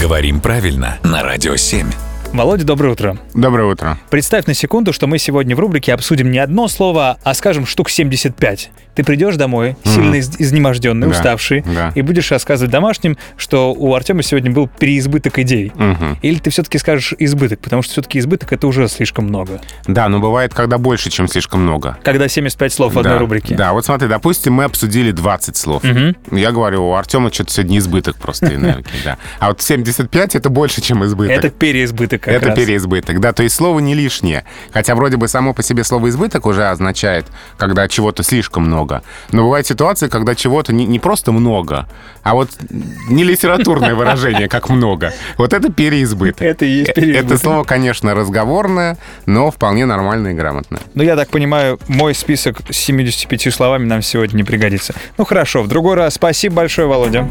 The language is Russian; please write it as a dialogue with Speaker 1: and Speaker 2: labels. Speaker 1: Говорим правильно на Радио 7.
Speaker 2: Володя, доброе утро.
Speaker 3: Доброе утро.
Speaker 2: Представь на секунду, что мы сегодня в рубрике обсудим не одно слово, а скажем штук 75. Ты придешь домой, сильно из- изнеможденный,
Speaker 3: Да,
Speaker 2: уставший,
Speaker 3: да.
Speaker 2: и будешь рассказывать домашним, что у Артема сегодня был переизбыток идей.
Speaker 3: Мгм.
Speaker 2: Или ты все-таки скажешь избыток, потому что все-таки избыток это уже слишком много.
Speaker 3: Да, но бывает, когда больше, чем слишком много.
Speaker 2: Когда 75 слов в одной
Speaker 3: да,
Speaker 2: рубрике.
Speaker 3: Да, вот смотри, допустим, мы обсудили 20 слов. Я говорю, у Артема что-то сегодня избыток просто энергии, да. А вот 75 — это больше, чем избыток.
Speaker 2: Это переизбыток как
Speaker 3: это
Speaker 2: раз.
Speaker 3: переизбыток, да, то есть слово не лишнее. Хотя вроде бы само по себе слово «избыток» уже означает, когда чего-то слишком много. Но бывают ситуации, когда чего-то не, не просто много, а вот не литературное выражение, как много. Вот это переизбыток. Э,
Speaker 2: Это и есть переизбыток.
Speaker 3: Это слово, конечно, разговорное, но вполне нормальное и грамотное.
Speaker 2: Ну, я так понимаю, мой список с 75 словами нам сегодня не пригодится. Ну, хорошо, в другой раз. Спасибо большое, Володя.